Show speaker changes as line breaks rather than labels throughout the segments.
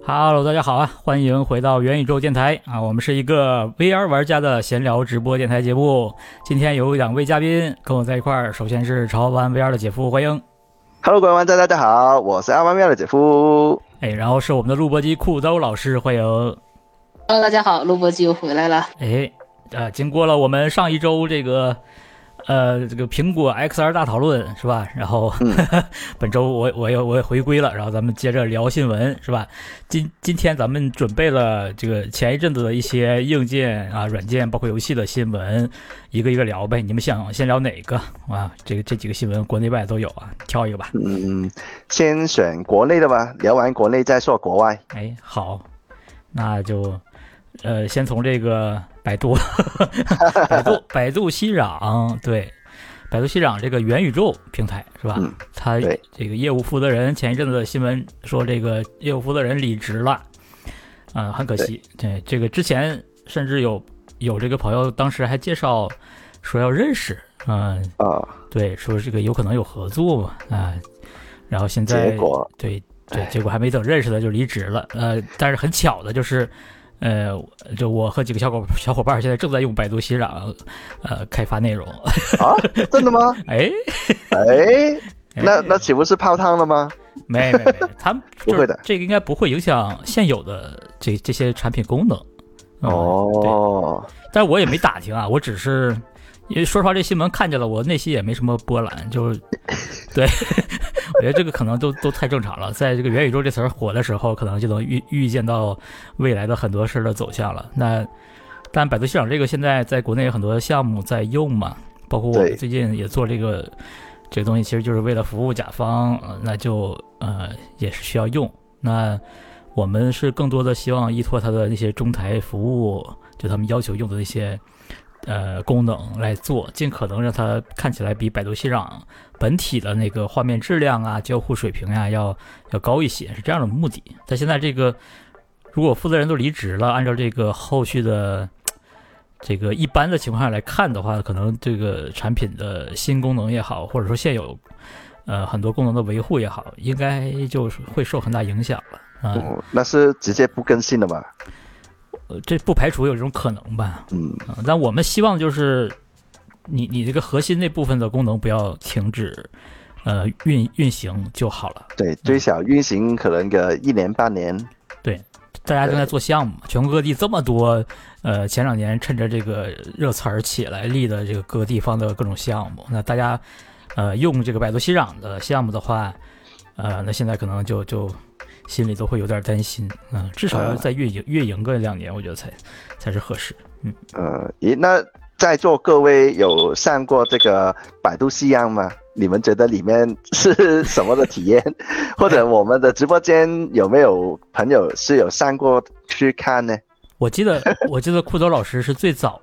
Hello，大家好啊，欢迎回到元宇宙电台啊，我们是一个 VR 玩家的闲聊直播电台节目。今天有两位嘉宾跟我在一块儿，首先是潮玩 VR 的姐夫，欢迎。
Hello，各位玩家，大家好，我是阿弯面的姐夫。
哎，然后是我们的录播机酷兜老师，欢迎。
Hello，大家好，录播机又回来了。
哎，呃，经过了我们上一周这个，呃，这个苹果 XR 大讨论是吧？然后、 本周我我又我也回归了，然后咱们接着聊新闻是吧？今今天咱们准备了这个前一阵子的一些硬件啊、软件，包括游戏的新闻，一个一个聊呗。你们想先聊哪个啊？这个这几个新闻国内外都有啊，挑一个吧。
嗯，先选国内的吧，聊完国内再说国外。
哎，好，那就呃，先从这个百度，百 度百度熙壤，对，百度熙壤这个元宇宙平台是吧？
嗯
它
对
这个业务负责人前一阵子的新闻说，这个业务负责人离职了，啊、很可惜。对，这个之前甚至有有这个朋友当时还介绍说要认识，嗯、
啊、
对，说这个有可能有合作嘛，啊、然后现在
结果
对对
哎，
结果还没等认识他就离职了。呃，但是很巧的就是，呃，就我和几个小伙小伙伴现在正在用百度熙壤，呃，开发内容。
啊，真的吗？
哎，
哎，那
哎
那岂不是泡汤了吗？
没没没，他们
不会的
就是这个应该不会影响现有的这这些产品功能。嗯，
哦，
但是我也没打听啊， 我只是因为说实话，这新闻看见了，我内心也没什么波澜，就是对，我觉得这个可能都都太正常了。在这个元宇宙这词儿火的时候，可能就能预预见到未来的很多事儿的走向了。那但百度市场这个现在在国内有很多项目在用嘛，包括我
对
最近也做这个这个东西，其实就是为了服务甲方，呃那就呃也是需要用那。我们是更多的希望依托它的那些中台服务，就他们要求用的那些呃功能来做，尽可能让它看起来比百度熙壤本体的那个画面质量啊、交互水平呀、要要高一些，是这样的目的。但现在这个如果负责人都离职了，按照这个后续的这个一般的情况下来看的话，可能这个产品的新功能也好，或者说现有呃很多功能的维护也好，应该就是会受很大影响了。啊、
嗯那是直接不更新了嘛？
呃这不排除有这种可能吧。
嗯，
啊，但我们希望就是你你这个核心那部分的功能不要停止，呃，运运行就好了。
对，最少运行可能个一年半年。
大家正在做项目嘛，全国各地这么多，呃，前两年趁着这个热词儿起来立的这个各个地方的各种项目，那大家呃用这个百度熙壤的项目的话，呃，那现在可能就就心里都会有点担心，嗯、至少要
啊
再运营运营个两年，我觉得才才是合适。
呃，咦，那在座各位有上过这个百度西洋吗？你们觉得里面是什么的体验？或者我们的直播间有没有朋友是有上过去看 呢？
我记得我记得酷兜老师是最早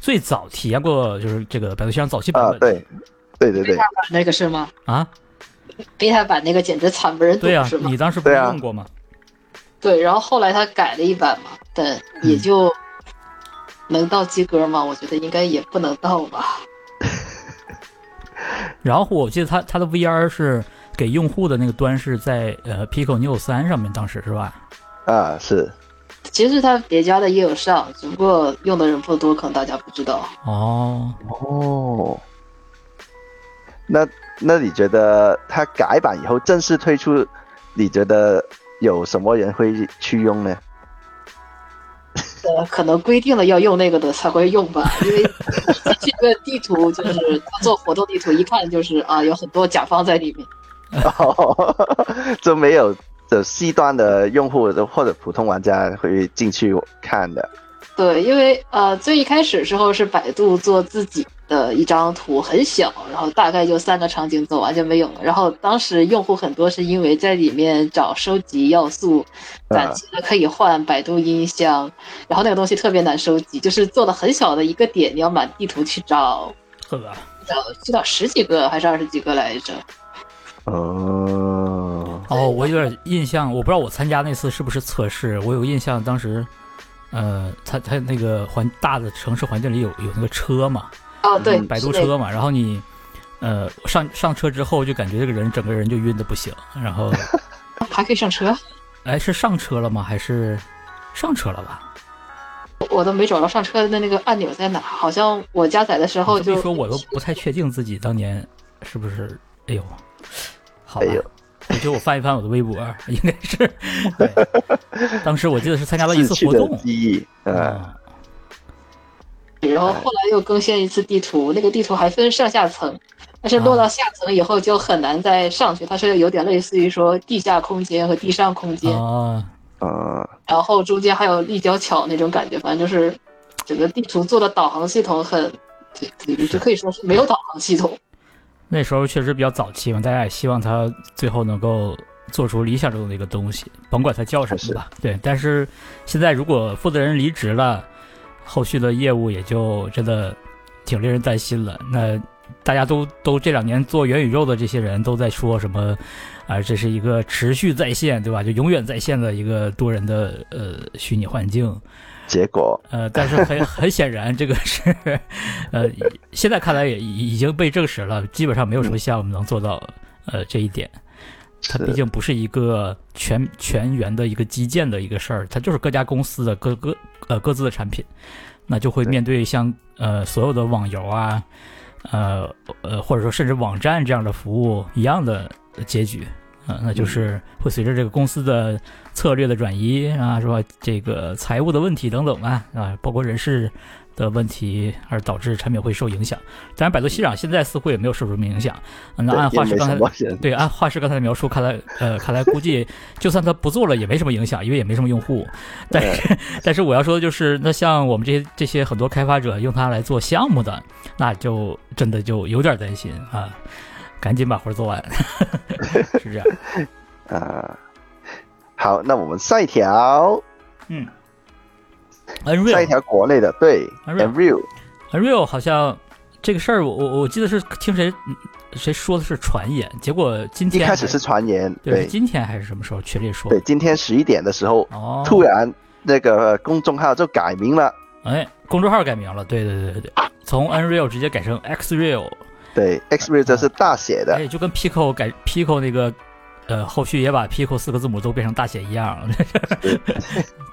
最早体验过，就是这个百度先生早期版
啊，
本
对，对对对，
那个是吗
啊，
？beta 版那个简直惨不忍睹，
对呀、
是吗？
你当时不是
对啊
用过吗？
对，然后后来他改了一版嘛，但
嗯
也就能到及格吗？我觉得应该也不能到吧。
然后我记得他他的 VR 是给用户的那个端是在呃 Pico Neo 三上面，当时是吧？
啊是，
其实他别家的也有上，只不过用的人不多，可能大家不知道。
哦，
哦，那那你觉得它改版以后正式推出，你觉得有什么人会去用呢？
呃，可能规定了要用那个的才会用 吧，因为这个地图就是他做活动地图，一看就是啊，有很多甲方在里面。
哦， 就没有的 C 端的用户或者普通玩家会进去看的。
对，因为呃，最一开始时候是百度做自己的一张图，很小，然后大概就三个场景走完就没有了。然后当时用户很多是因为在里面找收集要素，
啊
嗯
攒齐了可以换百度音箱，然后那个东西特别难收集，就是做了很小的一个点，你要满地图去找，
这个
找去找十几个还是二十几个来着？
哦，
哦，我有点印象，我不知道我参加那次是不是测试，我有印象当时。呃，它它那个环大的城市环境里有有那个车嘛，
哦，对，
嗯百度
是那个
车嘛，然后你，呃， 上上车之后就感觉这个人整个人就晕的不行，然后
还可以上车。
哎，是上车了吗？还是上车了吧？
我都没找着上车的那个按钮在哪，好像我加载的时候
你这
就
么一说，我都不太确定自己当年是不是。哎呦，好吧
哎呦，
我觉得我翻一翻我的微博，应该 是。对，当时我记得是参加了一次
逝去
活
的
动。
记忆，嗯，
啊，
然后后来又更新一次地图，那个地图还分上下层，但是落到下层以后就很难再上去，它是有点类似于说地下空间和地上空间，
啊，
呃，
然后中间还有立交桥那种感觉，反正就是整个地图做的导航系统很，就就可以说是没有导航系统。
那时候确实比较早期嘛，大家也希望他最后能够做出理想中的一个东西，甭管它叫什么吧。对，但是现在如果负责人离职了，后续的业务也就真的挺令人担心了。那大家都都这两年做元宇宙的这些人都在说什么啊、这是一个持续在线，对吧？就永远在线的一个多人的呃虚拟环境。
结果
呃，但是很 很显然，这个是，呃，现在看来也已已经被证实了，基本上没有什么项目能做到呃这一点。它毕
是
竟不是一个全全员的一个基建的一个事儿，它就是各家公司的各各呃各自的产品，那就会
对
面对像呃所有的网游啊，呃呃或者说甚至网站这样的服务一样的结局。啊、那
嗯
就是会随着这个公司的策略的转移啊，是吧？这个财务的问题等等啊，啊，包括人事的问题，而导致产品会受影响。当然，百度息壤现在似乎也没有受什么影响。啊那
对
按
也
话是
没
刚才
什么人，
对，按画师刚才的描述，看来，呃，看来估计就算他不做了也没什么影响，因为也没什么用户。但是，但是我要说的就是，那像我们这些这些很多开发者用它来做项目的，那就真的就有点担心啊，赶紧把活儿做完， 是这样。
啊、好，那我们下一条，
嗯
下一条国内的，对
Unreal
，Unreal，
，Unreal，Unreal 好像这个事儿，我我我记得是听谁嗯谁说的是传言，结果今
一
天
开始是传言，
对
对
是今天还是什么时候群里说
对，今天十一点的时候，
哦，
突然那个公众号就改名了，
哎，公众号改名了，对对对对对，从 Unreal 直接改成 Xreal，
对，Xreal
哦
这是大写的，
哎，就跟 Pico 改 Pico 那个，呃，后续也把 Pico 四个字母都变成大写一样，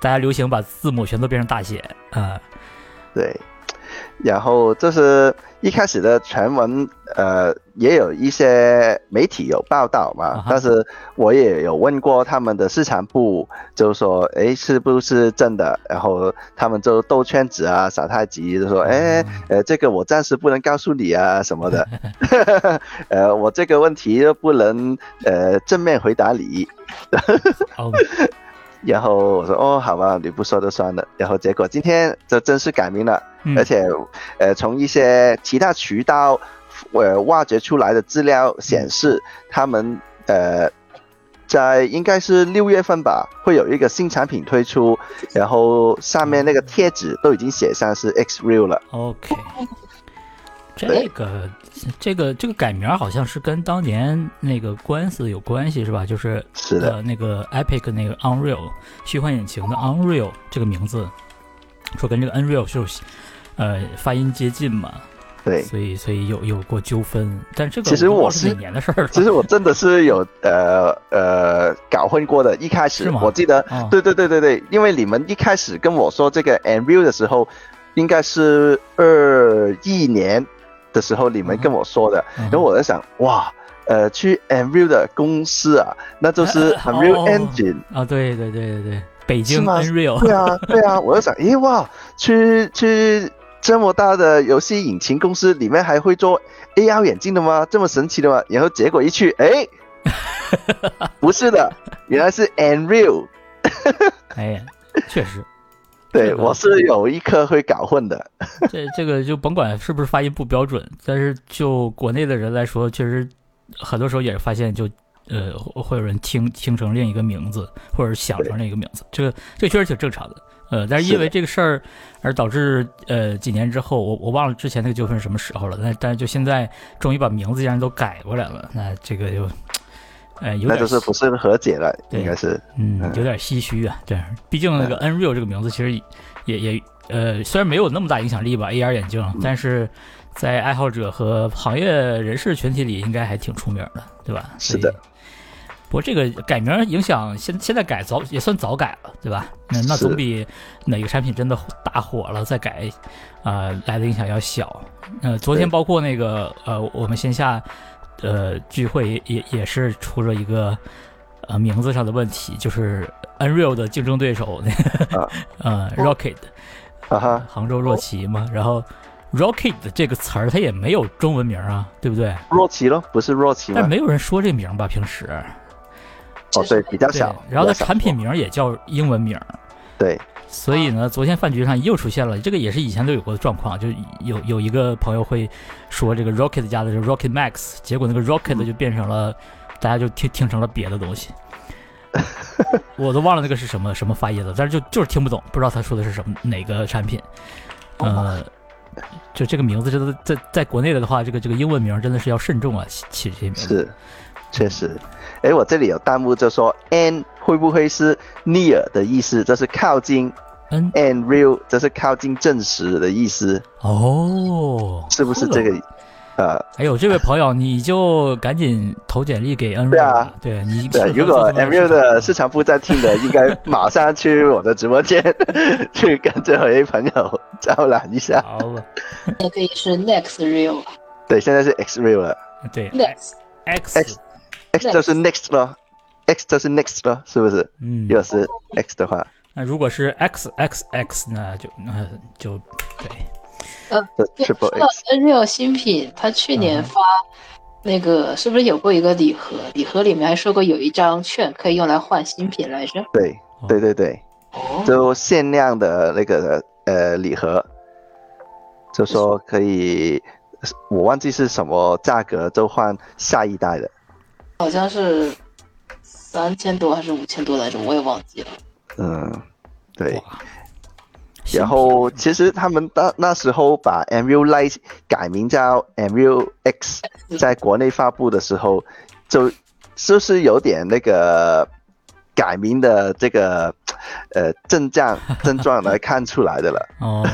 大家流行把字母全都变成大写啊、
对，然后这是一开始的传闻，呃，也有一些媒体有报道嘛，
啊哈
但是我也有问过他们的市场部，就说，诶，是不是真的？然后他们就兜圈子啊，耍太极，就说，
啊
诶，呃，这个我暂时不能告诉你啊什么 的， 呃，我这个问题又不能呃正面回答你。
哦，
然后我说哦，好吧，你不说就算了。然后结果今天就正式改名了，
嗯
而且，呃，从一些其他渠道，呃，挖掘出来的资料显示，他们呃，在应该是六月份吧，会有一个新产品推出，然后上面那个贴纸都已经写上是 X Real 了，
OK，这
哎
个这个这个改名好像是跟当年那个官司有关系是吧？就是
是的，
呃，那个 Epic 那个 Unreal 虚幻引擎的 Unreal 这个名字，说跟这个 Unreal 是有呃发音接近嘛，
对。
所以所以有有过纠纷，但这个
其实
我
我
不知道是
是
哪年的事儿了。
其实我真的是有呃呃搞混过的，一开
是
始
吗
我记得
啊，
对对对对对，因为你们一开始跟我说这个 Unreal 的时候，应该是二一年的时候你们跟我说的，
嗯
然后我在想，哇，呃，去 Unreal 的公司啊，那就是
哦
Unreal Engine，、
啊，对对对对对，北京
是吗
Unreal
对啊对啊，我就想，咦哇，去去这么大的游戏引擎公司里面还会做 AR 眼镜的吗？这么神奇的吗？然后结果一去， 哎，不是的，原来是 Unreal。
哎，确实，
对，
是的
我是有一刻会搞混的。
这这个就甭管是不是发音不标准，但是就国内的人来说，确实很多时候也发现就。呃，会会有人听听成另一个名字，或者想成另一个名字，这个这个确实挺正常的。呃，但是因
是
为
的
这个事儿而导致呃几年之后，我我忘了之前那个纠纷是什么时候了，但但是就现在终于把名字竟然都改过来了，那这个就，呃，有
那
点
就是不是和解了，
对
应该是
嗯，有点唏嘘啊。这样，毕竟那个 Unreal 这个名字其实也也呃，虽然没有那么大影响力吧，AR 眼镜，但是在爱好者和行业人士群体里应该还挺出名的，对吧？
是
所
的
以。不过这个改名儿影响现现在改早也算早改了，对吧？那那
是
总比哪个产品真的大火了再改，呃，来的影响要小。呃，昨天
对
包括那个呃，我们线下呃聚会也也也是出了一个呃名字上的问题，就是 Unreal 的竞争对手那个、
啊
呃
哦
Rocket
啊哈，
杭州若琪嘛，然后 Rocket 这个词儿它也没有中文名儿啊，对不对？
若琪咯，不是若琪
但是哎
吗？
没有人说这名儿吧，平时。
哦，对，比较
对
小。
然后它
比较小
产品名儿也叫英文名儿，
对，
所以
啊
呢，昨天饭局上又出现了，这个也是以前都有过的状况，就有有一个朋友会说这个 Rocket 家的是 Rocket Max，结果那个
嗯
Rocket 就变成了，大家就听听成了别的东西， 我都忘了那个是什么什么发音了，但是就就是听不懂，不知道他说的是什么哪个产品，
哦
呃。就这个名字，真的在在国内的话，这个这个英文名真的是要慎重啊，起起这些名字。
是，确实。哎，我这里有弹幕就说 “n” 会不会是 “near” 的意思？这是靠近
N
，“and real” 这是靠近证实的意思，
哦，
是不是这个？呃，
哎呦，这位朋友，你就赶紧投简历给 N 瑞
对啊
吧，对你
对，
适合
如果
做这
M
么一
U
个
的
市
市
场
场部在听的，应该马上去我的直播间 去跟这位朋友招揽一下。
好吧？
也可以是 next real
对，现在是 X Real 了
对
next
X，
，X 就是 next 咯，X 就是 next 咯，是不是？
嗯，
如果是 X 的话，
那如果是 X X X，那就那就对，
是
对
triple
说到
X。
Nreal 新品，它去年
嗯
发那个是不是有过一个礼盒？礼盒里面还说过有一张券可以用来换新品来着。
对，对对对。
哦，
就限量的那个呃礼盒，就说可以，我忘记是什么价格，就换下一代的。
好像是三千多还是五千多来着，我也忘记了。
嗯，对。
哇，
然后其实他们那那时候把 MU Lite 改名叫 MU X，
嗯
在国内发布的时候，就就是有点那个改名的这个呃症状症状来看出来的了。
哦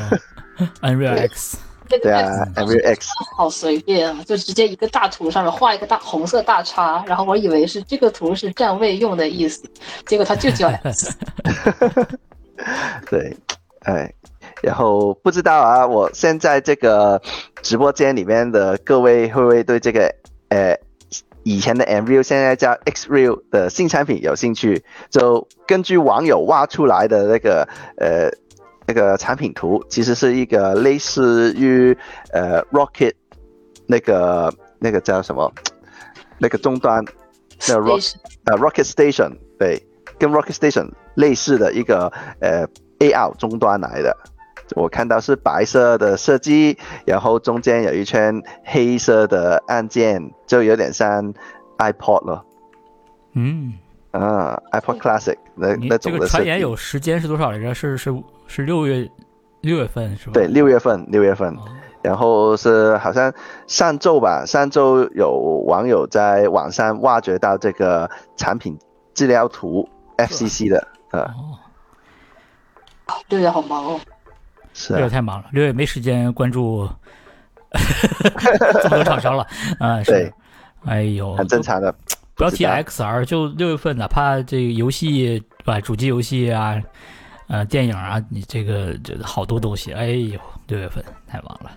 ，Unreal X，
对啊，MU X。
好随便啊，就直接一个大图上面画一个大红色大叉，然后我以为是这个图是占位用的意思，结果它就 叫 X。
对，哎，然后不知道啊，我现在这个直播间里面的各位会不会对这个呃以前的 M Real 现在叫 X Real 的新产品有兴趣？就根据网友挖出来的那个呃那个产品图，其实是一个类似于呃 Rocket 那个那个叫什么那个终端那个 Rocket 呃 Rocket Station 对，跟 Rocket Station 类似的一个呃 AR 终端来的。我看到是白色的设计，然后中间有一圈黑色的按键，就有点像 iPod 了，
嗯，
啊，iPod Classic 那
你
那
这
种
个
的设
传言
计。
有时间是多少来着？是是是六月六月份是吧？
对，六月份，六月份，
哦，
然后是好像上周吧，上周有网友在网上挖掘到这个产品资料图 FCC 的，啊，
哦，
六月好忙哦，
是
六月
啊，
太忙了，六月没时间关注 这么多厂商了，啊，是
对，
哎呦，
很正常的，
不要提
知道
XR，就六月份，哪怕这个游戏吧，主机游戏啊，呃，电影啊，你这个这好多东西，哎呦，六月份太忙了。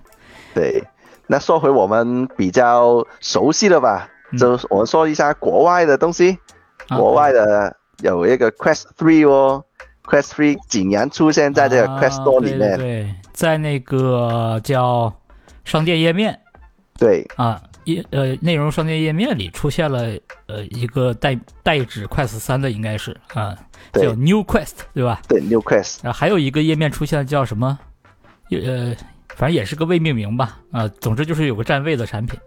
对，那说回我们比较熟悉的吧，
嗯
就我们说一下国外的东西。
啊
国外的有一个 Quest Three 哦，Quest Three 竟然出现在这个
啊
Quest Store 里
对对
面，
对，在那个叫商店页面
对
啊，页呃内容商店页面里出现了呃一个代代指 Quest 三的，应该是啊，
对
叫 New Quest 对吧？
对 New Quest，
然后还有一个页面出现叫什么，呃，反正也是个未命名吧，啊，总之就是有个占位的产品。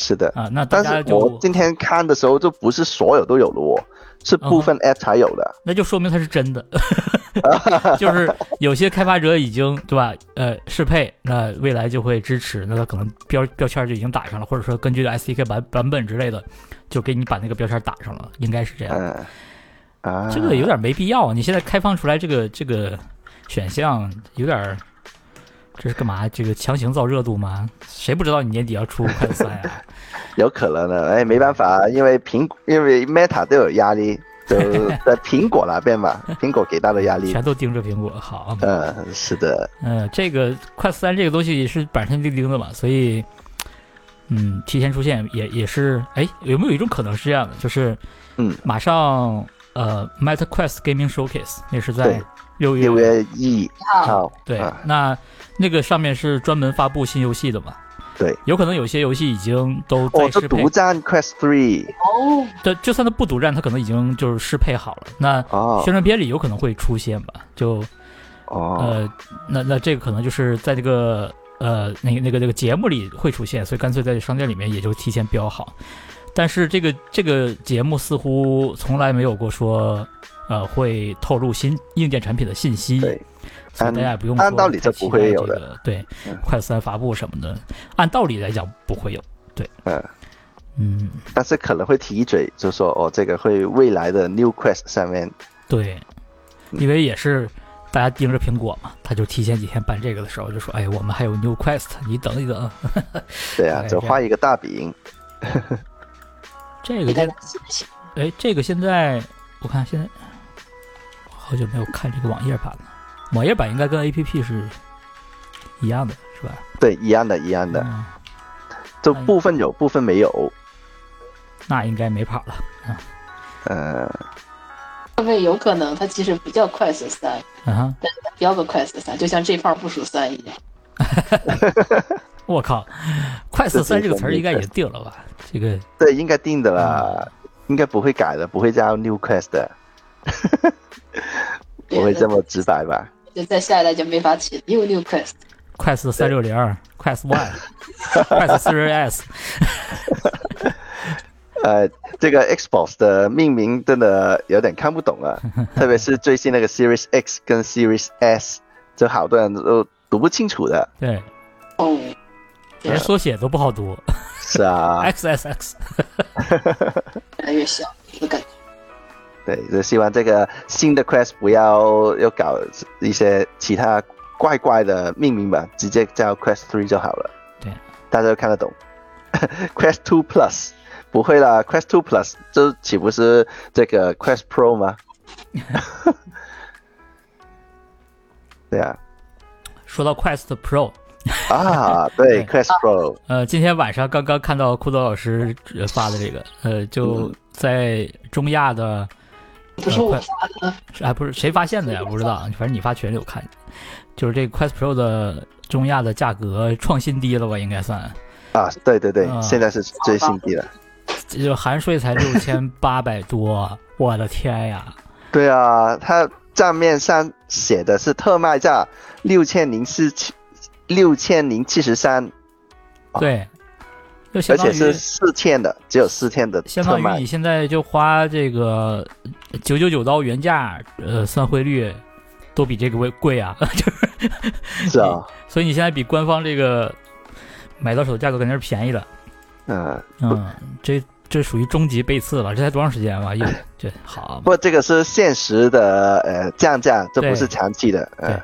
是的。
啊，那大
但
家
是
就
我今天看的时候，就不是所有都有了哦，是部分
啊
App 才有的。
那就说明它是真的， 就是有些开发者已经对吧？呃，适配，那未来就会支持，那它可能标标签就已经打上了，或者说根据 SDK 版版本之类的，就给你把那个标签打上了，应该是这样。
嗯啊，
这个有点没必要，你现在开放出来这个这个选项有点这是干嘛？这个强行造热度吗？谁不知道你年底要出快三 呀？
有可能的，哎，没办法，因为苹因为 Meta 都有压力， 就在苹果那边嘛，苹果给到的压力
全，都盯着苹果，好嘛？
嗯，是的，
嗯，这个快三这个东西也是板上钉钉的嘛，所以，嗯，提前出现也也是，哎，有没有一种可能是这样的，就是，
嗯，
马上呃，Meta Quest Gaming Showcase 那是在
对
六月
六月一
好，
号，
对，
E，啊
那那个上面是专门发布新游戏的嘛？
对，
有可能有些游戏已经都
哦，
在
这
适配
独，占 Quest Three
哦，
对，就算它不独占，它可能已经就是适配好了。那
哦
宣传片里有可能会出现吧？就
哦，
呃，那那这个可能就是在这个呃那个那个那个节目里会出现，所以干脆在商店里面也就提前标好。但是这个这个节目似乎从来没有过说，呃，会透露新硬件产品的信息。
对，
所以
按
大家也不用
按
说
道理
太
这
期
不会
待
有
这
的
个对，
嗯
快三发布什么的，按道理来讲不会有。对，
嗯
嗯，
但是可能会提一嘴，就说哦，这个会未来的 New Quest 上面，
对，
嗯
因为也是大家盯着苹果嘛，他就提前几天办这个的时候就说，哎，我们还有 New Quest，你等一等啊。
对啊，
对
就
这
画一个大饼，
这个
给大
现
家写一写
哎，这个现在我看现在好久没有看这个网页版了，网页版应该跟 APP 是一样的，是吧？
对，一样的，一样的，
嗯
就
哎
部分有，部分没有，
那应该没跑了。
呃，
会不会有可能它其实不叫 Quest 三，
嗯哼。
标个 Quest 三，就像这块不属三一样。
我靠，快四三
这
这个
是一
词
种
儿应该
理
也定了吧？这个
对，应该定的
嗯
啦，应该不会改的，不会叫 New Quest 的，不会这么直白吧？
就再下一代就没法起 New New Quest。
快四三六零、快四 One、快四四零 S，
呃，这个 Xbox 的命名真的有点看不懂了，特别是最新那个 Series X 跟 Series S，就好多人都读不清楚的。
对，
哦，
连缩写都不好读
是啊，
哎，XSX。
越来越小，我感觉。
对，就希望这个新的 Quest 不要又搞一些其他怪怪的命名吧，直接叫 Quest Three 就好了。
对，
大家都看得懂。Quest Two Plus 不会啦，Quest Two Plus 这岂不是这个 Quest Pro 吗？ 对啊，
说到 Quest Pro，
啊，对
对
Quest Pro，
呃，今天晚上刚刚看到酷豆老师呃发的这个，呃，就在中亚的，
不是我发的，
是哎，不是谁发现的呀？不知道，反正你发群里有看见，就是这个 Quest Pro 的中亚的价格创新低了吧？应该算，
啊，对对对，
啊
现在是最新低了。
这就含税才六千八百多，我的天呀！
对啊，它账面上写的是特卖价六千零四七六千零七十三，
对，就相
而
当
且是
于
四天的，只有四天的
相
特
当于
卖
你。现在就花这个九九九刀原价，呃，算汇率都比这个贵贵啊， 就是
是啊，
所以你现在比官方这个买到手的价格肯定是便宜的，
嗯，
嗯，这这属于终极背刺了，这才多长时间嘛？又这好
不，过这个是现实的呃降价，这不
对
是长期的。嗯
对，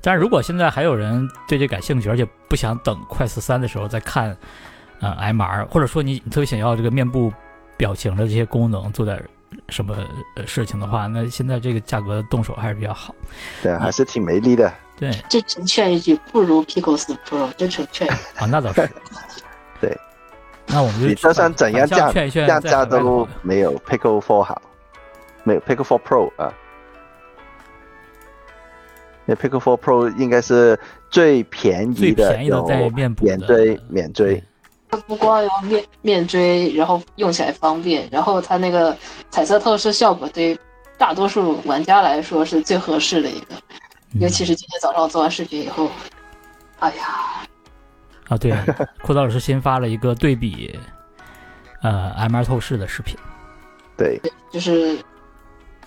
但是如果现在还有人对这感兴趣，而且不想等快四三的时候再看，呃，MR，或者说你你特别想要这个面部表情的这些功能，做点什么呃事情的话，那现在这个价格动手还是比较好。
对啊，还是挺没力的。。
对
这成劝一句，不如 Pico 四 Pro，真成劝一句。
啊，那倒是
对，
那我们就
你就算怎样
反向
降
劝一劝
降
在
价
海外的
都
朋友
没有 Pickle Four 好，没有 Pickle Four Pro 啊。那 Pickle Four Pro 应该是最便宜
最
的，
便宜的
有
在面部
免
的
追免追。
它不光有面面追，然后用起来方便，然后它那个彩色透视效果对于大多数玩家来说是最合适的一个，
嗯
尤其是今天早上我做完视频以后，哎呀，
啊， 对，酷道老师新发了一个对比，呃，MR 透视的视频。
对，
就是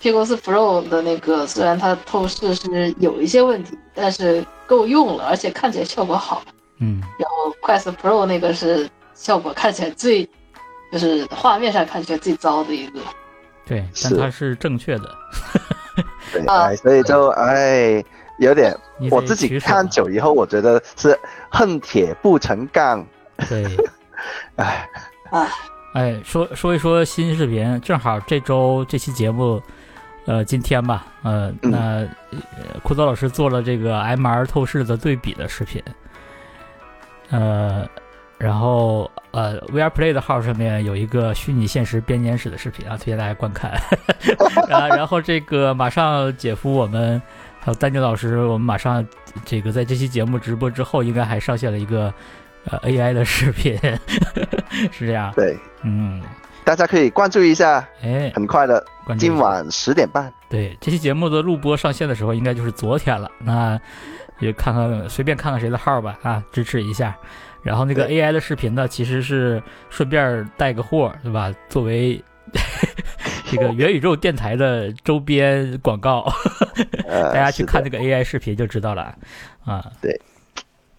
Pico 四 Pro 的那个，虽然它透视是有一些问题，但是够用了，而且看起来效果好。
嗯，
然后 Quest Pro 那个是效果看起来最，就是画面上看起来最糟的一个。
对，但
是
它是正确的。
对，
啊
哎，所以就哎，有点
你
我
得
自己
取舍
看
嘛
久以后，我觉得是恨铁不成钢。
对，
哎，
哎，说说一说新视频，正好这周这期节目，呃，今天吧，呃，
嗯
那呃枯燥老师做了这个 MR 透视的对比的视频，呃，然后呃，VR Play 的号上面有一个虚拟现实编年史的视频啊，推荐大家观看。 然然后这个马上姐夫我们还有丹尼老师，我们马上这个在这期节目直播之后，应该还上线了一个呃 AI 的视频， 是这样。
对，
嗯，
大家可以关注一下，
哎，
很快的，
关注一
今
下
晚十点半。
对这期节目的录播上线的时候，应该就是昨天了。那也看看随便看看谁的号吧，啊，支持一下。然后那个 AI 的视频呢，其实是顺便带个货，对吧？作 为这个元宇宙电台的周边广告，
呃，
大家去
是的
看这个 AI 视频就知道了 啊。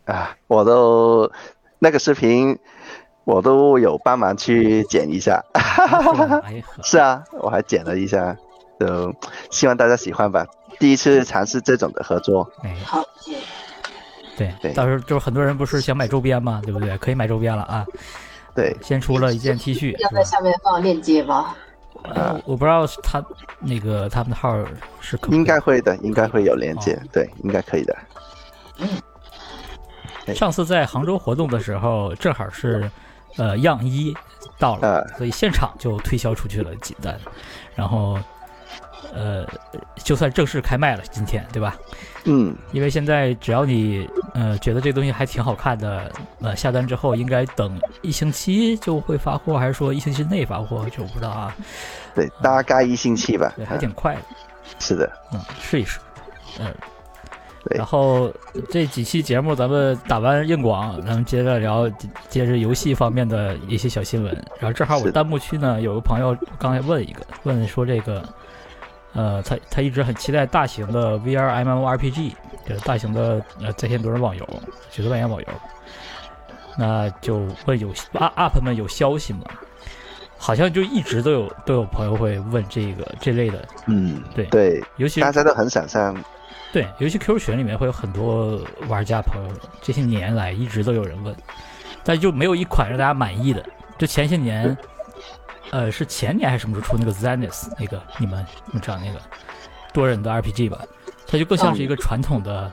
啊，我都那个视频，我都有帮忙去剪一下。
哎呀，
是啊，我还剪了一下，就希望大家喜欢吧。第一次尝试这种的合作，
哎，
好，
对，
对
到时候就是很多人不是想买周边嘛，对不对？可以买周边了啊。
对，
先出了一件 T 恤，
要
是吧
在？下面放链接吗？
哎
呃我不知道是他那个他们的号是可不可以
应该会的，应该会有连
哦
接，对，应该可以的。
上次在杭州活动的时候，正好是呃样一到了，
哎
所以现场就推销出去了几单，然后呃就算正式开卖了今天，对吧？
嗯，
因为现在只要你呃觉得这东西还挺好看的，呃下单之后应该等一星期就会发货，还是说一星期内发货？这我不知道啊，
对，大概一星期吧
对，。还
嗯
挺快的。
是的，
嗯，试一试，嗯。
对
然后这几期节目咱们打完硬广，咱们接着聊，接着游戏方面的一些小新闻。然后正好
是
我
的
弹幕区呢有个朋友刚才问一个，问说这个，呃，他他一直很期待大型的 VR MMORPG，就是大型的呃在线多人网游，角色扮演网游。那就问有啊 UP 们有消息吗？好像就一直都有都有朋友会问这个这类的，
嗯，
对
对，
尤其是
大家都很想上，
对，尤其 QQ 群里面会有很多玩家朋友，这些年来一直都有人问，但就没有一款让大家满意的。就前些年，呃，是前年还是什么时候出那个 Zenith 那个，你们你们知道那个多人的 RPG 吧？它就更像是一个传统的、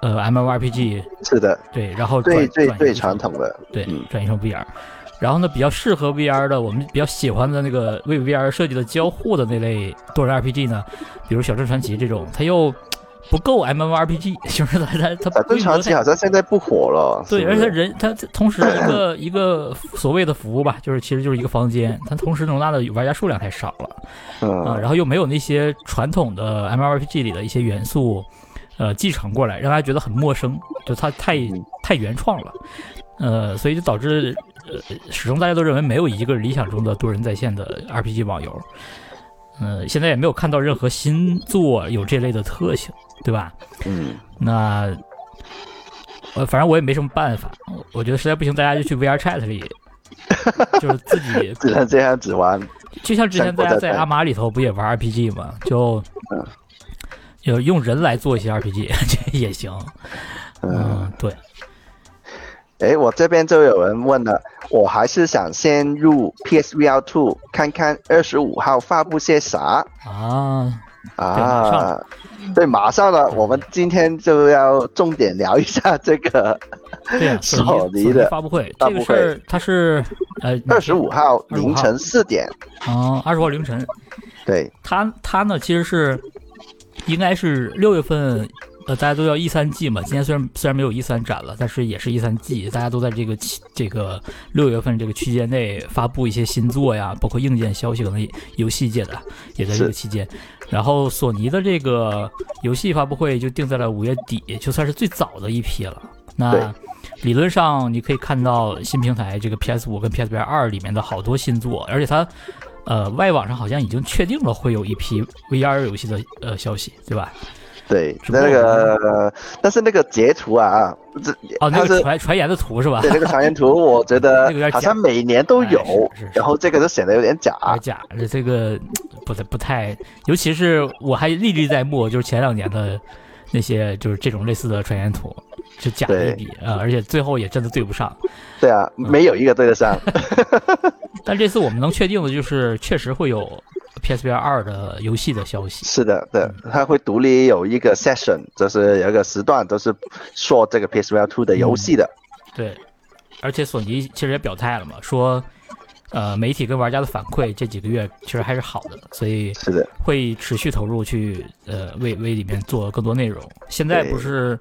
呃 MMORPG，
是的，
对，然后转
最最
转移
最
成
传统的，
对
嗯，
转移成 VR。然后呢，比较适合 VR 的，我们比较喜欢的那个为 VR 设计的交互的那类多人 RPG 呢，比如《小镇传奇》这种，它又不够 MMORPG，就是 它它它
反正
规模
传奇
太
好像现在不火了，
对，
是不
而
是
且它人它它同时一个一个所谓的服务吧，就是其实就是一个房间，它同时容纳的玩家数量太少了。啊，
嗯，
然后又没有那些传统的 MMORPG 里的一些元素，呃，继承过来，让大家觉得很陌生，就它太
嗯
太原创了， 呃，所以就导致呃，始终大家都认为没有一个理想中的多人在线的 RPG 网游，呃，现在也没有看到任何新作有这类的特性，对吧？
嗯，
那呃，反正我也没什么办法，我我觉得实在不行，大家就去 VR Chat 里，就是自己
只能这样子玩，
就像之前大家在
在
阿玛里头不也玩 RPG 吗？就
嗯，
有用人来做一些 RPG 这也行。
嗯。
嗯，对，
诶，我这边就有人问了，我还是想先入 PSVR Two 看看二十五号发布些啥
啊，马上
啊？对，马上了，我们今天就要重点聊 一下这个
对 啊，索尼
索尼
索
的
发布会，
发
这
布
个
会
事儿它是呃
二十五号
25
凌晨四点。
啊二十号凌晨，
对，
它它呢其实是应该是六月份。呃，大家都要 E 三 G 嘛，今年虽然虽然没有 E 三展了，但是也是 E 三 G，大家都在这个期这个六月份这个区间内发布一些新作呀，包括硬件消息，可能也游戏界的也在这个
是
期间。然后索尼的这个游戏发布会就定在了五月底，就算是最早的一批了。那理论上你可以看到新平台这个 PS 五跟 PSVR 二里面的好多新作，而且它呃外网上好像已经确定了会有一批 VR 游戏的呃消息，对吧？
对，
只不过
那个，但是那个截图 啊，这
哦，那
它
个
是
传传言的图是吧
对？那个传言图，我觉得
那个有点假
好像每年都有
哎是是是，
然后这啊个就显得有点假。
有点假，这个不太不太，尤其是我还历历在目，就是前两年的那些就是这种类似的传言图，是假的一笔啊、呃而且最后也真的对不上。
对啊，没有一个对得上。
但这次我们能确定的就是，确实会有 PSVR 二的游戏的消息。
是的，
嗯
对，它会独立有一个 session，就是有一个时段都是说这个 PSVR Two 的游戏
嗯
的。
对，而且索尼其实也表态了嘛，说，呃，媒体跟玩家的反馈这几个月其实还是好的，所以
是的，
会持续投入去呃为为里面做更多内容。现在不是，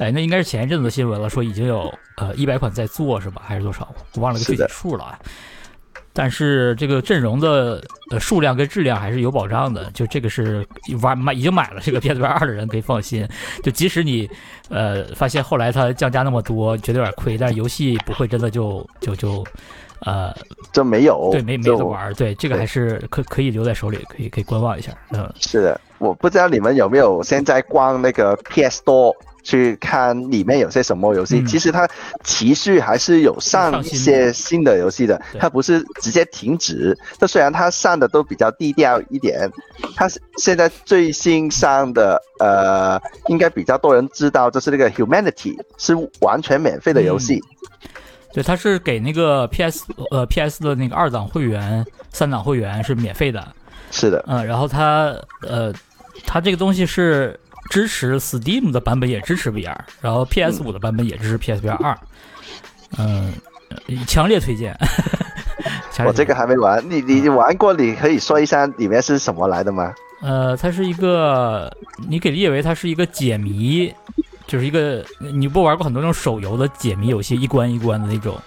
哎，那应该是前一阵子的新闻了，说已经有呃一百款在做是吧？还是多少？我忘了个具
是
体
的
数了啊。但是这个阵容的呃数量跟质量还是有保障的，就这个是玩买已经买了这个 PS 二的人可以放心。就即使你呃发现后来它降价那么多，觉得有点亏，但是游戏不会真的就就就呃
这没有，
对，没没
就
得玩儿，对，这个
对
还是可可以留在手里，可以可以观望一下。嗯，
是的，我不知道你们有没有现在逛那个 PS Store 去看里面有些什么游戏。
嗯
其实它持续还是有上
上
一
新的
些新的游戏的，
对
它不是直接停止。它虽然它上的都比较低调一点，它是现在最新上的呃，应该比较多人知道，就是那个 Humanity 是完全免费的游戏。
嗯对，它是给那个 PS 呃 PS 的那个二档会员、三档会员是免费的，
是的，
嗯，然后它呃它这个东西是支持 Steam 的版本也支持 VR，然后
嗯
PS 五的版本也支持 PSVR 二，嗯，呃强烈推荐。 强烈推荐
哦我这个还没玩，你
嗯
你你玩过？你可以说一下里面是什么来的吗？
呃，它是一个，你可以理解为它是一个解谜，就是一个你不玩过很多那种手游的解谜游戏，一关一关的那种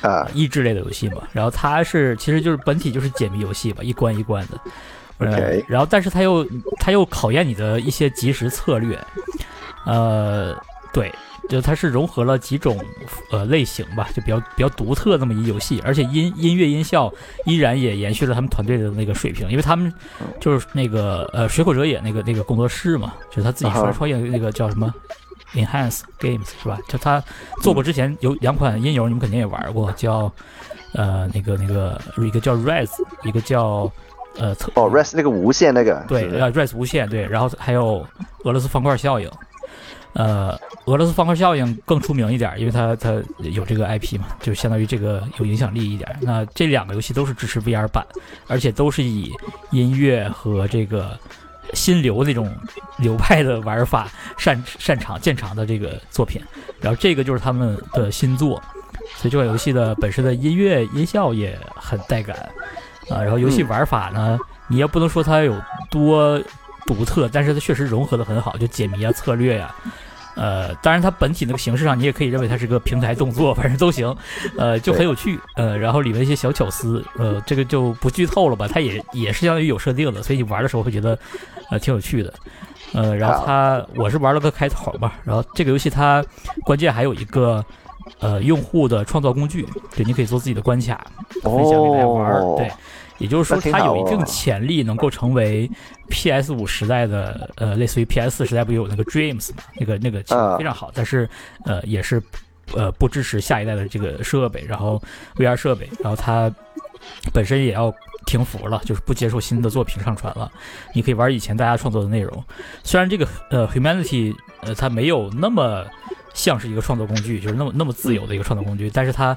啊，
益智类的游戏嘛。然后它是其实就是本体就是解谜游戏吧，一关一关的。呃
OK
然后但是它又它又考验你的一些即时策略，呃，对。就它是融合了几种呃类型吧，就比较比较独特这么一游戏，而且音音乐音效依然也延续了他们团队的那个水平，因为他们
嗯
就是那个呃水口哲也那个那个工作室嘛，就是他自己
啊哈
创创业的那个叫什么 Enhance Games 是吧？就他做过之前有两款音游，你们肯定也玩过，叫呃那个那个一个叫 Rise，一个叫呃特
哦，Rest 那个无限那个，
对
是不是
呃 Rise 无限对，然后还有俄罗斯方块效应。呃，俄罗斯方块效应更出名一点，因为它它有这个 IP 嘛，就相当于这个有影响力一点。那这两个游戏都是支持 VR 版，而且都是以音乐和这个新流那种流派的玩法擅擅长见长的这个作品。然后这个就是他们的新作，所以这款游戏的本身的音乐音效也很带感啊。然后游戏玩法呢，你也不能说它有多独特，但是它确实融合的很好，就解谜啊、策略呀、呃，当然，它本体那个形式上，你也可以认为它是个平台动作， 反正都行，呃，就很有趣，呃，然后里面一些小巧思，呃，这个就不剧透了吧，它也也是相当于有设定的，所以你玩的时候会觉得，呃，挺有趣的，呃，然后它我是玩了个开头嘛，然后这个游戏它关键还有一个，呃，用户的创造工具，对，你可以做自己的关卡，分享给大家玩儿，
哦
对，也就是说
那挺
它
好
有一定
哦
潜力能够成为 PS 五时代的呃，类似于 PS 四时代不有那个 Dreams 嘛，那个那个其实
啊
非常好，但是呃也是呃不支持下一代的这个设备，然后 VR 设备，然后它本身也要停服了，就是不接受新的作品上传了。你可以玩以前大家创作的内容，虽然这个呃 Humanity 呃它没有那么像是一个创作工具，就是那么那么自由的一个创作工具，但是它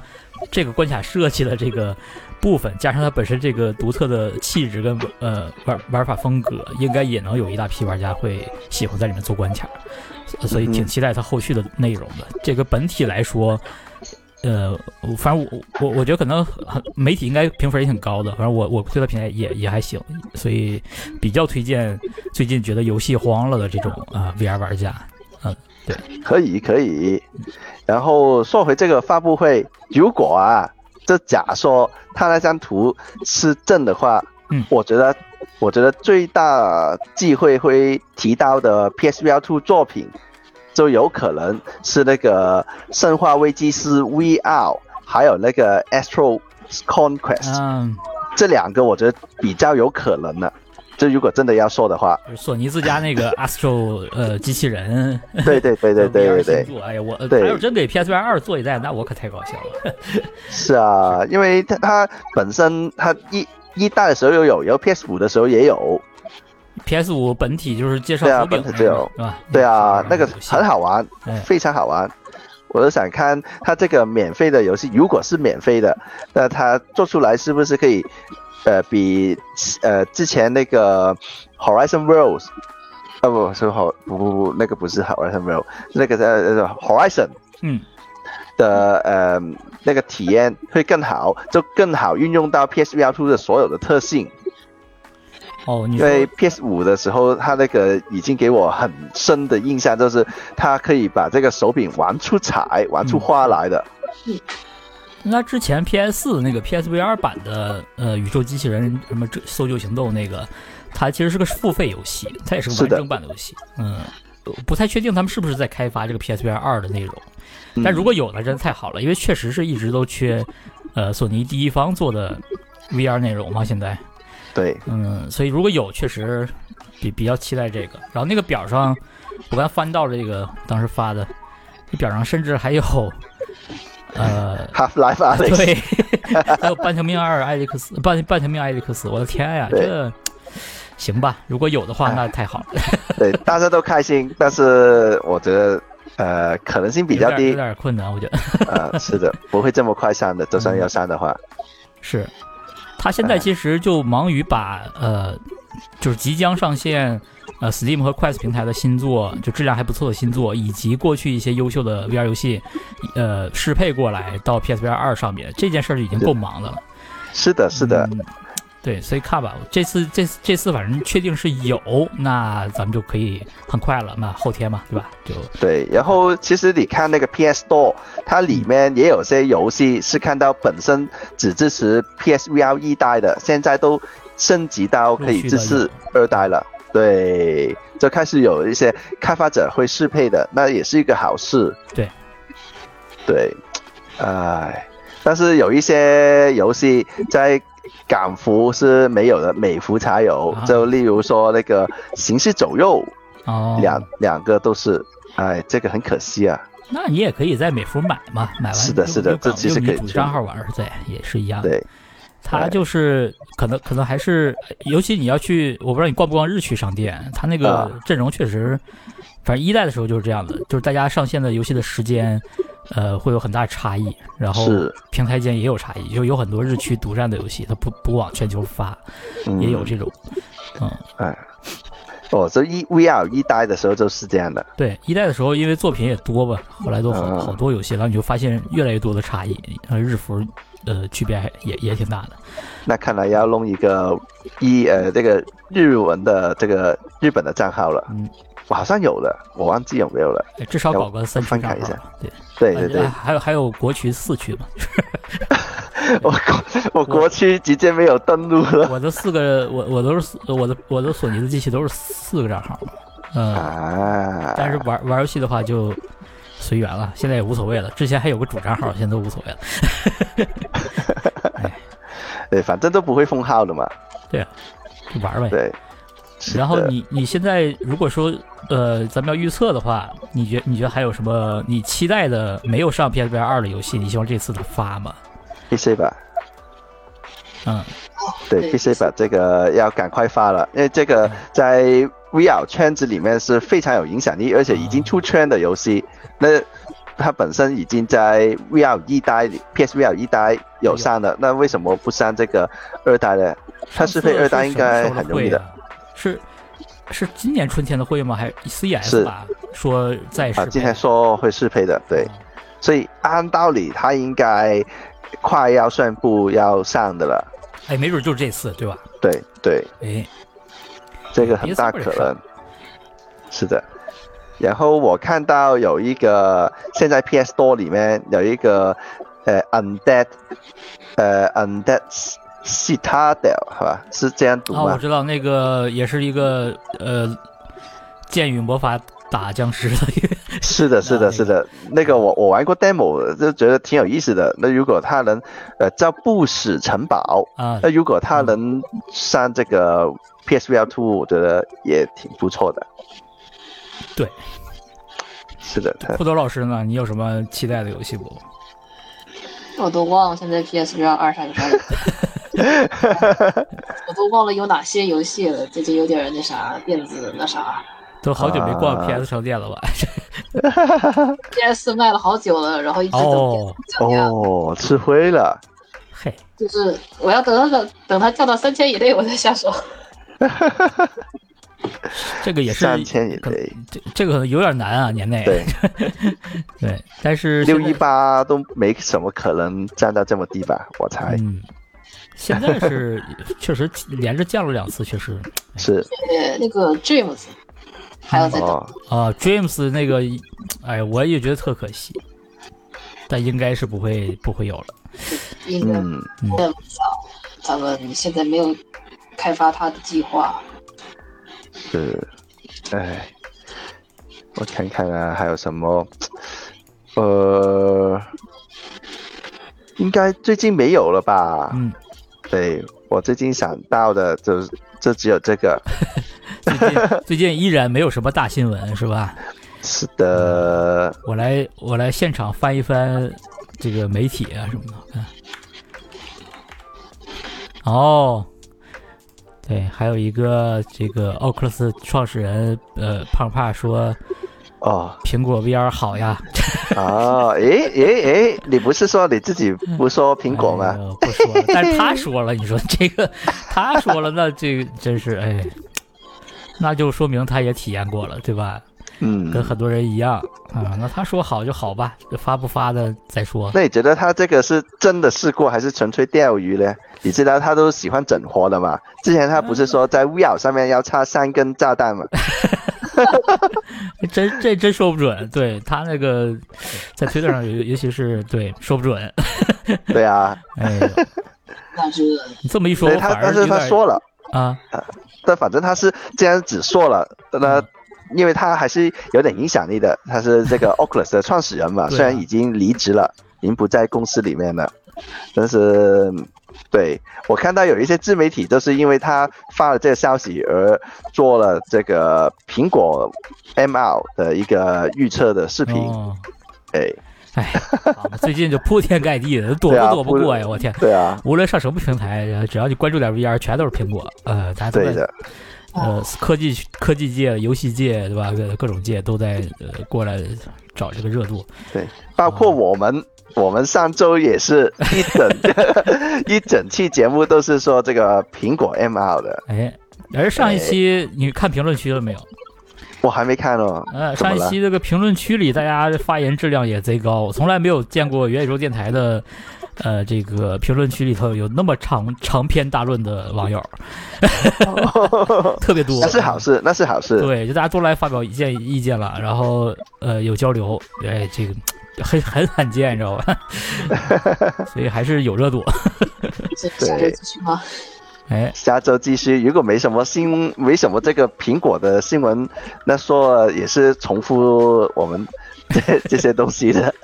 这个关卡设计的这个部分，加上它本身这个独特的气质跟呃玩玩法风格，应该也能有一大批玩家会喜欢在里面做关卡，所所以挺期待它后续的内容的。这个本体来说。呃，我反正我我我觉得可能很媒体应该评分也挺高的，反正我我对它评价也也还行，所以比较推荐最近觉得游戏荒了的这种啊、VR 玩家，
可以可以。然后说回这个发布会，如果啊，这假说他那张图是正的话，
嗯
我觉得我觉得最大忌讳会提到的 PSVR Two 作品，就有可能是那个《生化危机四 VR》，还有那个《Astro Conquest》
嗯，
这两个，我觉得比较有可能的。这如果真的要说 的话，
就是索尼自家那个 Astro 呃机器人，
对对对对对
VR
对对
星。座，哎呀，我呃他
对
要是真给 PSVR 二做一代，那我可太高兴了。
是啊，因为
嗯
它它本身它一一代的时候又有，然后 PS 五的时候也有，
PS 五本体就是介绍
对啊
手柄
本
那
体
个
就
嘛
有，
对吧？嗯
对啊，那个
游戏
很。好玩
哎，
非常好玩。我都想看它这个免费的游戏，如果是免费的，那它做出来是不是可以，呃，比呃之前那个 Horizon Worlds，啊不是 Hor 不不不，那个不是 Horizon World，那个呃呃 Horizon
嗯，
的呃那个体验会更好，就更好运用到 PSVR 2的所有的特性。
哦，你
因
说
为 PS 五的时候，它那个已经给我很深的印象，就是它可以把这个手柄玩出彩、玩出花来的。
那之前 PS 四那个 PSVR 版的呃宇宙机器人什么这搜救行动那个，它其实是个付费游戏，它也是个
是
完
的
整版的游戏。嗯，我不太确定他们是不是在开发这个 PSVR 二的内容，嗯
嗯
但如果有那真的太好了，因为确实是一直都缺，呃，索尼第一方做的 VR 内容嘛，现在。
对，，
嗯，所以如果有，确实比比较期待这个。然后那个表上，我刚翻到这个当时发的，这表上甚至还有，呃
Half Life Alex，
对， 还有半条命二艾利克斯，半半条命艾利克斯，我的天呀，
对哎
这行吧？如果有的话，那太好了，
对，大家都开心，但是我觉得呃可能性比较
有点有
低，
点困难，我觉得
呃，是的，不会这么快删的。就算要删的话，
是。哎他现在其实就忙于把呃，就是即将上线呃 Steam 和 Quest 平台的新作，就质量还不错的新作，以及过去一些优秀的 VR 游戏，呃，适配过来到 PSVR 二上面，这件事儿已经够忙的了。
是的，是的，
嗯对，所以看吧，这次这次这次反正确定是有，那咱们就可以很快了，那后天嘛，对吧？就
对。然后其实你看那个 PS Store，它里面也有些游戏是看到本身只支持 PSVR 一代的，现在都升级到可以支持二代了。对，就开始有一些开发者会适配的，那也是一个好事。
对，
对，哎，但是有一些游戏在港服是没有的，美服才有
啊。
就例如说那个《行尸走肉》，
哦，
两两个都是，哎，这个很可惜啊。
那你也可以在美服买嘛，买完
是的
就是
的
就搞
这其实
用你
可以
主
去
账号玩儿，对，也是一样的。
对，
它
对
就是可能可能还是，尤其你要去，我不知道你逛不逛日区商店，它那个
啊
阵容确实，反正一代的时候就是这样的，就是大家上线的游戏的时间，呃，会有很大差异，然后
是
平台间也有差异，就有很多日区独占的游戏，它不不往全球发，
嗯
也有这种，嗯，
哦，这一 VR 一代的时候就是这样的，
对，一代的时候因为作品也多吧，后来都好
啊
好多游戏，然后你就发现越来越多的差异，呃日服呃区别还也也挺大的。
那看来要弄一个一呃这个日文的这个日本的账号了。
嗯，
我好像有了，我忘记有没有了。
哎至少
要
搞个三区
翻
账
看一
号
下
吧，对。
对对对
啊，还有还有国区四区 嘛，哎
我国我国区直接没有登录了
我的四个我我都是四我的我的索尼的机器都是四个账号嘛，嗯，
啊。
但是玩玩游戏的话就随缘了，现在也无所谓了。之前还有个主账号，现在都无所谓了。
对，反正都不会封号的嘛。
啊就玩呗。
对。是
然后
的
你你现在如果说呃咱们要预测的话，你觉你觉得还有什么你期待的没有上 PSVR 二的游戏？你希望这次它发吗？
PC 吧，
嗯，
对
对
PC 吧，这个要赶快发了，因为这个在 VR 圈子里面是非常有影响力，而且已经出圈的游戏，那它本身已经在 VR 一代里 PSVR 一代有上了，那为什么不上这个二代呢？它适配二代应该很容易的
上次是什么时候的会啊。是是今年春天的会吗？还是 CES
是
吧？说再适
啊，
配
之前说会适配的，对，所以按道理它应该快要宣布要上的了，
哎，没准就是这次，对吧？
对对。
哎，
这个很大可能。是的，然后我看到有一个现在 PS Store 里面有一个呃 Undead 呃 Undead Citadel 好吧，是这样读
啊，
吗
我？知道那个也是一个呃，剑与魔法打僵尸的一个，
是的，是
那
的，是的，那个我我玩过 demo，就觉得挺有意思的。那如果它能呃叫不死城堡，
啊
那如果它能上这个 PSVR Two，我觉得也挺不错的。
对，
是的，嗯它
裤头老师呢？你有什么期待的游戏不？
我都忘了现在 PSVR 二上有啥游戏。 我都忘了有哪些游戏了，这就有点那啥电子那啥。
都好久没逛
啊
PS 商店了吧？
PS 卖了好久了，然后一直等
哦
PS 降价，
哦，吃灰了。
嘿，
就是我要等它等它降到三千以内我再下手。
这个也是
三千以
可
内，
这这个有点难啊，年内
对，
对，但是
六
现在
一八都没什么可能站到这么低吧，我猜
嗯，现在是确实连着降了两次，确实
是
呃，那个 James 还要再等，
哦，
啊、j a m e s 那个，哎，我也觉得特可惜，但应该是不会不会有了。
应该
嗯，
不早。他们现在没有开发它的计划。
是，哎，我看看啊，还有什么？呃，应该最近没有了吧？
嗯，
对我最近想到的就是就只有这个，
最近 最近依然没有什么大新闻，是吧？
是的，
我来我来现场翻一翻这个媒体啊什么的，看。哦，对，还有一个这个奥克斯创始人呃胖胖说
哦，
苹果 VR 好呀，
哦，诶诶诶，你不是说你自己不说苹果
哎
吗？
呦不说了，但是他说了，你说这个他说了，那这个真是哎，那就说明他也体验过了，对吧？
嗯，
跟很多人一样啊、那他说好就好吧，发不发的再 说。
那你觉得他这个是真的试过，还是纯粹钓鱼呢？你知道他都喜欢整活的嘛？之前他不是说在 VR 上面要插三根炸弹吗？
真哎这真说不准，对他那个在推特上尤尤其是对说不准，
对啊，
哎呦，
但是
你这么一说，
所
我
以他
反
但
而有
是
点
他说了，
啊，
但反正他是既然只说了，那
嗯
因为他还是有点影响力的，他是 这个 Oculus 的创始人嘛，
对啊
虽然已经离职了，已经不在公司里面了，但是。对我看到有一些自媒体都是因为他发了这个消息而做了这个苹果 MR 的一个预测的视频，
哦，
哎，
哎，好吧最近就铺天盖地的，躲
对啊
都躲不
铺
过呀，我天！
对啊，
无论上什么平台，呃只要你关注点 VR，全都是苹果。呃，大家都
对
在
的，
哦
呃，科技科技界、游戏界，对吧？各各种界都在呃过来找这个热度。
包
哦
括我们，我们上周也是一整 一整期节目都是说这个苹果 MR 的，
哎，而上一期
哎
你看评论区了没有？
我还没看哦，
呃，
怎么
上一
了
期这个评论区里大家发言质量也贼高，我从来没有见过元宇宙电台的。呃，这个评论区里头有那么长长篇大论的网 友，特别多，
那是好事，那是好事，
对，就大家都来发表意见意见了，然后呃有交流，哎，这个很 很罕见，你知道 吧？所以还是有热度。
这下周继续吗？
哎，
下周继续。如果没什么新，没什么这个苹果的新闻，那说了也是重复我们 这这些东西的。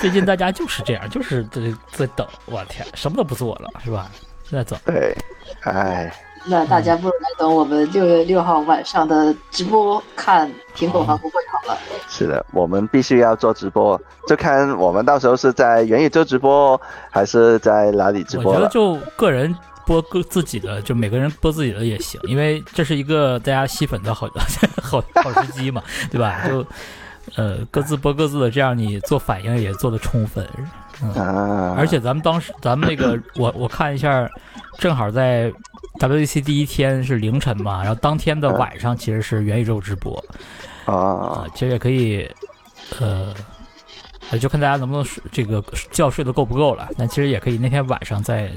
最近大家就是这样，就是在在等，我天，什么都不做了，是吧？就在等。
对，哎，
那大家不如来等我们六月六号晚上的直播看苹果发布会好了。
是的，我们必须要做直播，就看我们到时候是在元宇宙直播还是在哪里直
我
播
觉得
了。
就个人播各自己的，就每个人播自己的也行，因为这是一个大家吸粉的 好好好时机嘛，对吧？就呃各自播各自的，这样你做反应也做得充分，
啊，
而且咱们当时，咱们那个，我我看一下，正好在 WDC 第一天是凌晨嘛，然后当天的晚上其实是元宇宙直播啊、
啊，
其实也可以，呃，呃就看大家能不能睡这个觉睡得够不够了。但其实也可以那天晚上再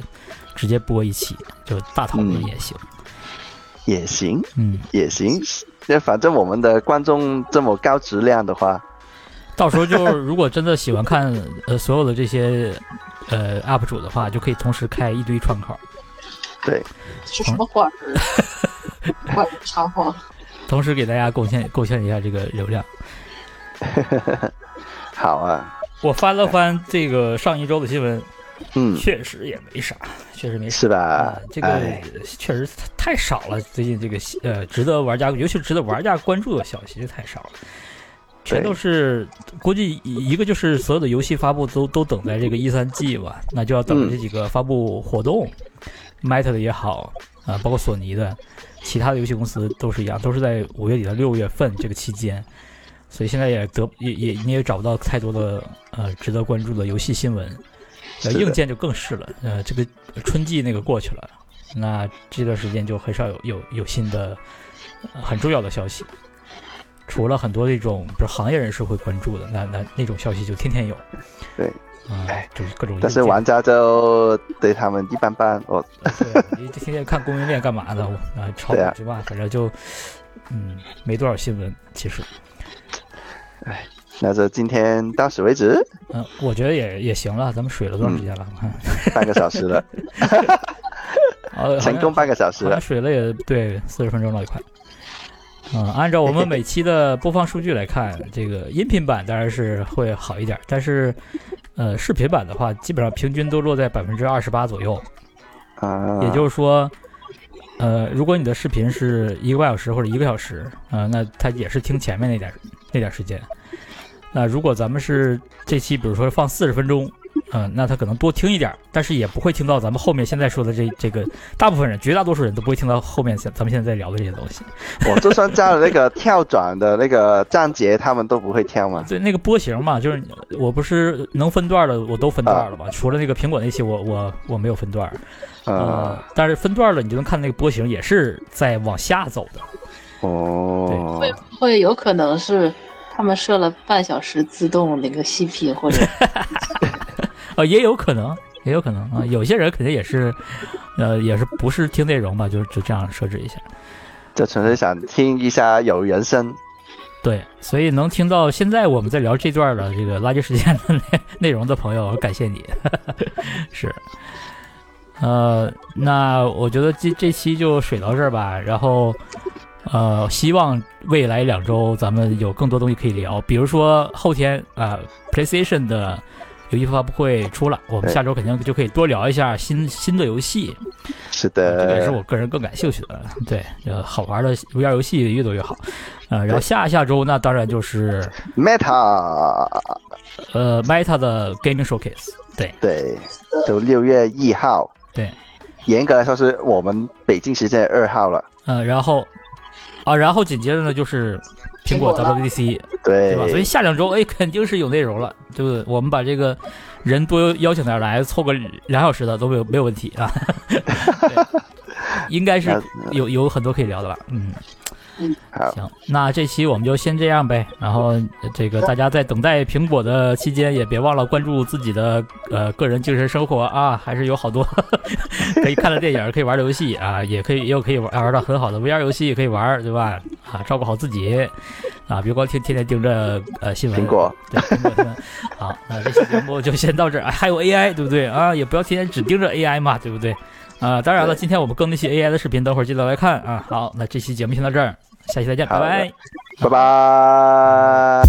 直接播一期，就大讨论
嗯
也行。
也行，
嗯，
也行。那反正我们的观众这么高质量的话，
到时候就是如果真的喜欢看呃所有的这些呃 UP 主的话，就可以同时开一堆串口。
对，
是什么花儿？花儿插话。
同时给大家贡献贡献一下这个流量。
好啊，
我翻了翻这个上一周的新闻，
嗯，
确实也没啥，确实没啥。
是吧
啊？这
哎
个确实太少了，最近这个呃，值得玩家，尤其是值得玩家关注的消息太少了，全
对
都是估计一个就是所有的游戏发布都都等在这个一三季吧，那就要等
嗯
这几个发布活动， Meta 的也好，啊、包括索尼的，其他的游戏公司都是一样，都是在五月底到六月份这个期间，所以现在也得也也你也找不到太多的呃值得关注的游戏新闻，呃，
是的
硬件就更是了，呃，这个春季那个过去了，那这段时间就很少有有有新的、呃很重要的消息，除了很多这种比如行业人士会关注的，那那那种消息就天天有，
对
啊、
哎
就是各种硬件，
但是玩家就对他们一般般。我
对，你这天天看供应链干嘛呢？我啊，炒
对
股
啊
之外，反正就嗯，没多少新闻。其实，
那就今天到此 为止，
嗯，我觉得也也行了。咱们水了多长时间了？
嗯
啊我看，
半个小时了，
呃，好像
成功半个小时
好像
了。
水了也对，四十分钟了，也快。嗯，按照我们每期的播放数据来看，这个音频版当然是会好一点，但是，呃，视频版的话，基本上平均都落在百分之二十八左右。
啊，
也就是说，呃，如果你的视频是一个半小时或者一个小时，呃，那它也是听前面那点儿那点儿时间。那如果咱们是这期，比如说放四十分钟，嗯、那他可能多听一点儿，但是也不会听到咱们后面现在说的这这个，大部分人，绝大多数人都不会听到后面咱咱们现在在聊的这些东西。
我就算加了那个跳转的那个章节，他们都不会跳嘛。
对，那个波形嘛，就是我不是能分段的，我都分段了嘛，除了那个苹果那期我，我我没有分段儿，呃
啊啊，，
但是分段了，你就能看那个波形也是在往下走的。
哦，
会不会有可能是他们设了半小时自动那个息屏，或者
啊，也有可能，也有可能啊。有些人肯定也是，呃，也是不是听内容吧，就是就这样设置一下。
就纯粹想听一下有人声。
对，所以能听到现在我们在聊这段的这个垃圾时间的内内容的朋友，感谢你。 是，呃，那我觉得这这期就水到这儿吧。然后，呃，希望未来两周咱们有更多东西可以聊，比如说后天啊、呃 PlayStation 的游戏发布会出了，我们
对
下周肯定就可以多聊一下新新的游戏。
是
啊这个也是
的，
我个人更感兴趣的。 对，呃，好玩的 VR 游戏越多越好。呃，然后下下周那当然就是
Meta，
呃 Meta 的 Gaming Showcase。对，
对，就六月一号。
对，
严格来说是我们北京时间二号了。
呃，然后啊，然后紧接着呢就是苹果
苹果了
WDC，对
对
吧？所以下两周哎肯定是有内容了，对不对？我们把这个人多邀请点来，凑个两小时的都没有没有问题啊。 对应该是
那
有有很多可以聊的吧，嗯。
好，
行，那这期我们就先这样呗。然后呃这个大家在等待苹果的期间，也别忘了关注自己的呃个人精神生活啊，还是有好多 可以看的电影，可以玩的游戏啊，也可以也有可以玩玩到很好的 VR 游戏也可以玩，对吧？啊，照顾好自己啊，别光天天天盯着呃新闻。
苹果，
对苹果新闻。好，那这期节目就先到这儿。 哎还有 AI 对不对啊？也不要天天只盯着 AI 嘛，对不对？啊，当然了，
对
今天我们更那些 AI 的视频，等会儿记得来看啊。好，那这期节目先到这儿，下期再见，拜
好的
拜。
拜拜。